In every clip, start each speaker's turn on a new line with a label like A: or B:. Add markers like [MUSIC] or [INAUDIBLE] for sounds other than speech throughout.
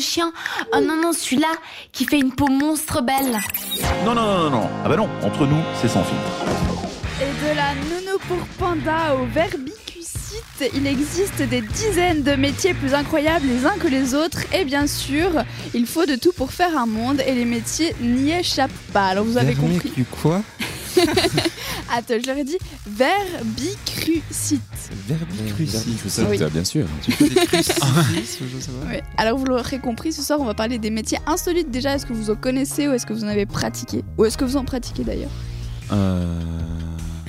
A: chien. Oh non, non, celui-là qui fait une peau monstre belle.
B: Non, non, non, non, non. Ah bah non, entre nous, c'est sans filtre.
C: Et de la nounou pour panda au verbicusite, il existe des dizaines de métiers plus incroyables les uns que les autres. Et bien sûr, il faut de tout pour faire un monde et les métiers n'y échappent pas. Alors vous avez
D: Dernier
C: compris.
D: du quoi
C: Attends, je leur ai dit verbicrucite.
D: Verbicrucis.
C: ça, Oui.
E: Ah, bien sûr.
D: [LAUGHS] Crucis, je sais pas.
C: Ouais. Alors vous l'aurez compris, ce soir on va parler des métiers insolites déjà. Est-ce que vous en connaissez ou est-ce que vous en avez pratiqué Ou est-ce que vous en pratiquez d'ailleurs
E: Euh,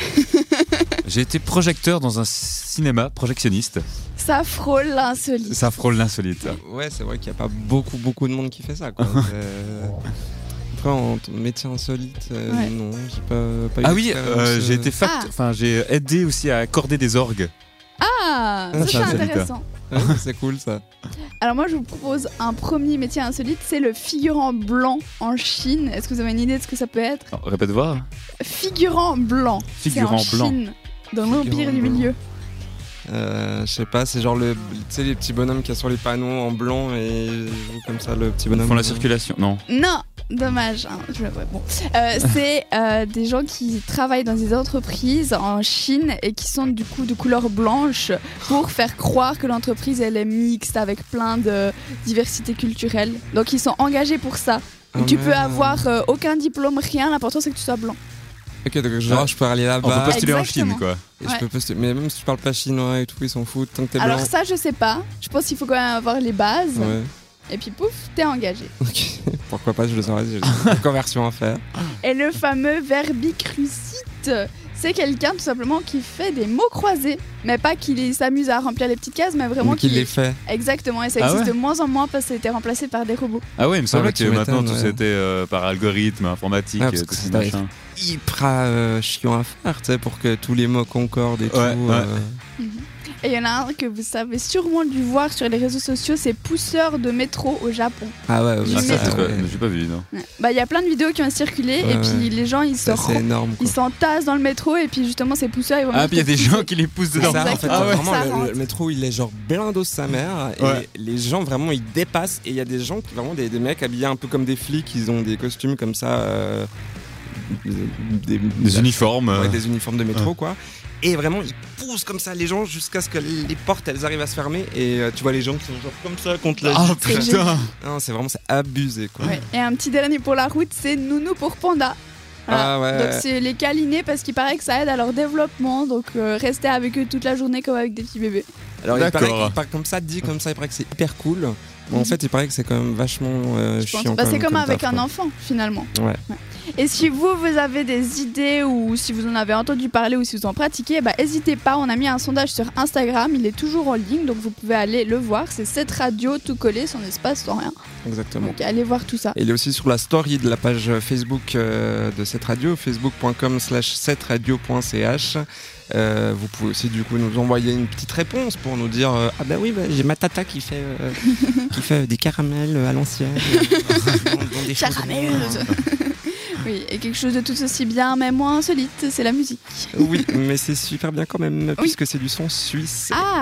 B: [LAUGHS]
E: J'ai été projecteur dans un cinéma projectionniste.
C: Ça frôle l'insolite.
E: Ça frôle l'insolite.
D: Ouais, c'est vrai qu'il n'y a pas beaucoup, beaucoup de monde qui fait ça. Quoi. Euh, Après, en t- métier insolite, euh,
C: Ouais.
D: non, j'ai pas, pas eu
E: Ah oui,
D: d'expérience,
E: euh, j'ai
D: euh,
E: été fact-
C: Ah.
E: enfin j'ai aidé aussi à accorder des orgues.
C: Ah, ça,
D: Ah,
C: c'est
D: c'est insolite,
C: intéressant.
D: ouais, ah c'est cool ça.
C: Alors moi je vous propose un premier métier insolite, c'est le figurant blanc en Chine. Est-ce que vous avez une idée de ce que ça peut être
E: Non, répète voir.
C: Figurant blanc. C'est
E: Figurant
C: en
E: blanc.
C: Chine, dans l'empire
D: Figurant
C: du
D: blanc.
C: milieu.
D: Euh, je sais pas, c'est genre le, tu sais, les petits bonhommes qui a sur les panneaux en blanc et ils jouent comme ça le petit
E: Ils
D: bonhomme.
E: font la circulation. Non.
C: Non, dommage. hein, je- ouais, bon.
D: [LAUGHS]
C: Euh, c'est euh, des gens qui travaillent dans des entreprises en Chine et qui sont du coup de couleur blanche pour faire croire que l'entreprise elle est mixte avec plein de diversité culturelle. Donc ils sont engagés pour ça.
D: Ah,
C: tu peux
D: merde.
C: avoir euh, aucun diplôme, rien. L'important c'est que tu sois blanc.
D: Ok, donc genre
E: Ouais.
D: je peux aller
E: On peut
D: là-bas.
E: postuler en
C: Bah, Exactement.
E: Chine quoi.
D: et
C: ouais.
D: je peux poster- Mais même si tu parles pas chinois et tout, ils s'en foutent tant que t'es blanc.
C: Alors ça je sais pas. Je pense qu'il faut quand même avoir les bases.
D: Ouais. [LAUGHS]
C: Et puis pouf, t'es engagé.
D: Ok. Pourquoi pas, je le saurais.
E: [LAUGHS]
D: J'ai une conversion à faire.
C: Et le fameux verbicrucite, c'est quelqu'un tout simplement qui fait des mots croisés. Mais pas qu'il s'amuse à remplir les petites cases, mais vraiment
D: Donc il
C: qu'il
D: les fait.
C: Exactement, et ça
E: Ah
C: existe
E: ouais.
C: de moins en moins parce que ça a été remplacé par des robots.
E: Ah ouais, il me semble
D: ouais,
E: que
D: tu m'étonnes,
E: maintenant tout
D: ouais.
E: c'était euh, par algorithme, informatique,
D: Ouais, parce
E: euh,
D: que
E: tout
D: c'est
E: ce
D: pas-
E: machin.
D: Hyper euh, chiant à faire, tu sais, pour que tous les mots concordent et tout.
E: Ouais, ouais.
D: euh,
C: Et il y en a un que vous savez sûrement dû voir sur les réseaux sociaux, c'est pousseur de métro au Japon.
D: Ah ouais, ouais,
C: Du
E: Ah, ça,
C: métro.
E: c'est
D: ouais.
E: quoi J'ai pas vu non.
C: Ouais. Bah il y a plein de vidéos qui ont circulé
D: Ouais,
C: et puis
D: ouais.
C: les gens ils se
D: Ça, c'est
C: ren-
D: énorme. quoi.
C: ils s'entassent dans le métro et puis justement ces pousseurs ils vont
E: Ah puis il y a
C: mettre
E: des
C: des
E: gens qui les poussent
D: C'est
E: dedans.
D: ça, en fait,
C: Exactement.
E: Ah ouais.
D: vraiment,
C: Ça
D: le-
C: rentre.
D: le, métro, il est genre blindos sa mère. Et
E: Ouais.
D: les gens, vraiment, ils dépassent. Et il y a des gens, qui- vraiment, des, des mecs habillés un peu comme des flics. Ils ont des costumes comme ça. euh, des,
E: Des uniformes. euh,
D: ouais, des uniformes de métro, quoi. Et vraiment, ils poussent comme ça les gens jusqu'à ce que les portes, elles arrivent à se fermer. Et euh, tu vois les gens qui sont genre comme ça contre la.
E: Ah
C: C'est
E: putain.
D: Non, c'est vraiment, c'est abusé, quoi.
C: Ouais. Et un petit dernier pour la route, c'est Nounou pour Panda. Voilà.
D: Ah ouais.
C: Donc c'est les câliner parce qu'il paraît que ça aide à leur développement. Donc euh, rester avec eux toute la journée comme avec des petits bébés.
D: Alors, il paraît,
E: D'accord.
D: qu'il paraît comme ça, dit comme ça, il paraît que c'est hyper cool. Mais en fait, il paraît que c'est quand même vachement euh,
C: Mhm. je pense.
D: chiant.
C: Bah,
D: quand
C: c'est
D: même
C: comme, avec
D: taf,
C: un
D: quoi.
C: enfant finalement.
D: Ouais.
C: Et si vous vous avez des idées ou si vous en avez entendu parler ou si vous en pratiquez, bah n'hésitez pas. On a mis un sondage sur Instagram. Il est toujours en ligne, donc vous pouvez aller le voir. C'est cette radio tout collé, sans espace, sans rien.
D: Exactement.
C: Donc allez voir tout ça.
D: Et il est aussi sur la story de la page Facebook euh, de cette radio, facebook.com slash 7radio.ch. Euh, vous pouvez aussi du coup nous envoyer une petite réponse pour nous dire euh, Ah bah oui, bah, j'ai ma tata qui fait, euh,
C: [LAUGHS]
D: qui fait des caramels euh, à l'ancienne. Dans- dans des choses euh,
C: Carameleuse.
D: bien.
C: Oui, et quelque chose de tout aussi bien, mais moins insolite, c'est la musique.
D: Oui, mais c'est super bien quand même, puisque c'est du son suisse.
C: Ah